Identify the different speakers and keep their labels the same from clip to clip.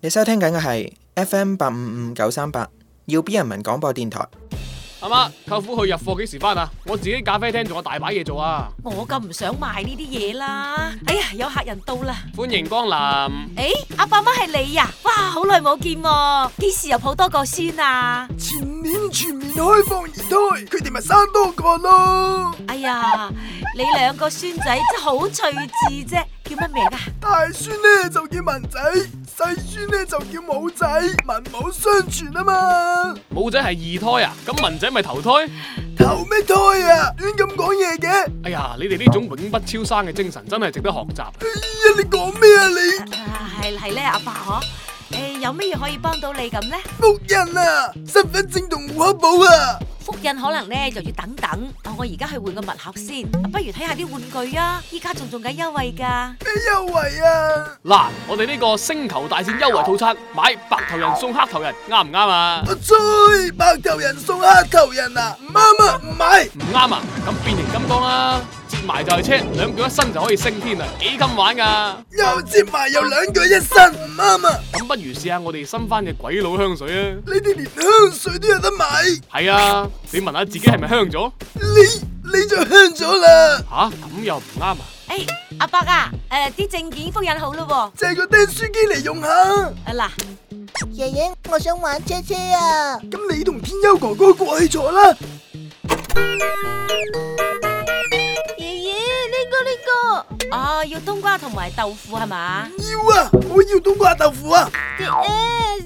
Speaker 1: 你收聽緊嘅係 FM 八五五九三八，耀 B 人民廣播電台。
Speaker 2: 阿媽，舅父去入貨幾時翻啊？我自己咖啡廳仲有大把嘢做啊！
Speaker 3: 我咁唔想賣呢啲嘢啦！哎呀，有客人到啦！
Speaker 2: 歡迎光臨，
Speaker 3: 誒，阿爸媽係你呀、哇，好耐冇見喎、幾時又抱多個孫啊？
Speaker 4: 前年全面開放二胎，佢哋咪生多個咯。
Speaker 3: 哎呀，你兩個孫仔真係好趣致啫！叫乜名啊？
Speaker 4: 大孫呢就叫文仔，細孫呢就叫武仔，文武相傳啊嘛。
Speaker 2: 武仔係二胎啊，咁文仔咪頭胎？
Speaker 4: 頭咩胎啊？亂咁講嘢嘅。哎
Speaker 2: 哎呀，你哋呢種永不超生嘅精神真係值得學習。
Speaker 4: 呀，你講咩啊你？
Speaker 3: 啊，係係咧，阿爸嗬。誒、有乜嘢可以幫到你咁呢？
Speaker 4: 福印啊，身份證同戶口簿啊。
Speaker 3: 複印可能咧就要等等，啊我而家去換個物盒先，不如睇下啲玩具啊！依家仲仲緊優惠㗎。
Speaker 4: 咩優惠啊？
Speaker 2: 嗱，我哋呢個星球大戰優惠套餐，買白頭人送黑頭人，啱唔啱啊？
Speaker 4: 我吹，白頭人送黑頭人啊，唔啱啊，唔買。
Speaker 2: 唔啱啊，咁變形金剛啦，接埋就係車，兩腳一伸就可以升天啊，幾襟玩噶！
Speaker 4: 又接埋又兩腳一伸，唔啱啊！
Speaker 2: 咁不如試下我哋新翻嘅鬼佬香水啊！
Speaker 4: 你哋連香水都有得買，
Speaker 2: 係啊，你聞下自己係咪香咗？
Speaker 4: 你你就香咗啦。
Speaker 2: 吓、咁又唔啱啊！
Speaker 3: 誒、阿伯啊，誒、啲證件複印好嘞喎、
Speaker 4: 借個釘書機嚟用下。
Speaker 3: 啊嗱。
Speaker 5: 爷爷，我想玩车车啊！
Speaker 4: 咁你同天優哥哥過去坐啦。
Speaker 5: 爷爷，呢、個呢、個，
Speaker 3: 哦，要冬瓜同埋豆腐係嘛？
Speaker 4: 要啊，我要冬瓜豆腐啊。
Speaker 5: 食啊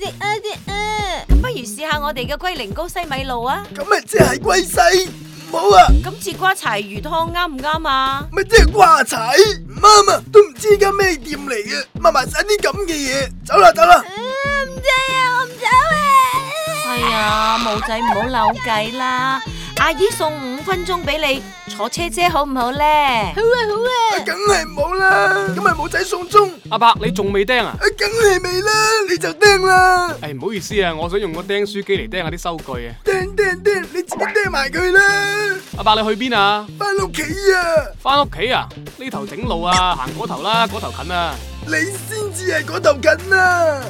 Speaker 5: 食啊食啊！
Speaker 3: 咁不如試下我哋嘅龜苓膏西米露啊！
Speaker 4: 咁咪即係龜西，唔好啊，
Speaker 3: 咁切瓜柴魚湯啱唔啱啊？
Speaker 4: 咪即係瓜柴，唔啱啊，都唔知依家咩店嚟嘅，賣埋晒啲咁嘅嘢。走啦走啦，
Speaker 5: 啊唔制啊，我唔走啊！
Speaker 3: 哎呀，冇仔唔好扭計啦！阿姨送五分鐘俾你坐車車好唔好呢？
Speaker 5: 好啊好啊！
Speaker 4: 梗係冇啦，咁咪冇仔送鐘，
Speaker 2: 阿伯，你仲未釘啊？
Speaker 4: 啊梗係未啦，你就釘啦，
Speaker 2: 誒唔好意思啊，我想用個釘書機嚟釘下啲收據啊。
Speaker 4: 釘釘釘，你自己釘埋佢啦，
Speaker 2: 阿伯你去邊啊？
Speaker 4: 翻屋企啊，
Speaker 2: 翻屋企啊？呢頭整路啊，行嗰頭啦，嗰頭近啊。
Speaker 4: 你先至係嗰頭緊啊。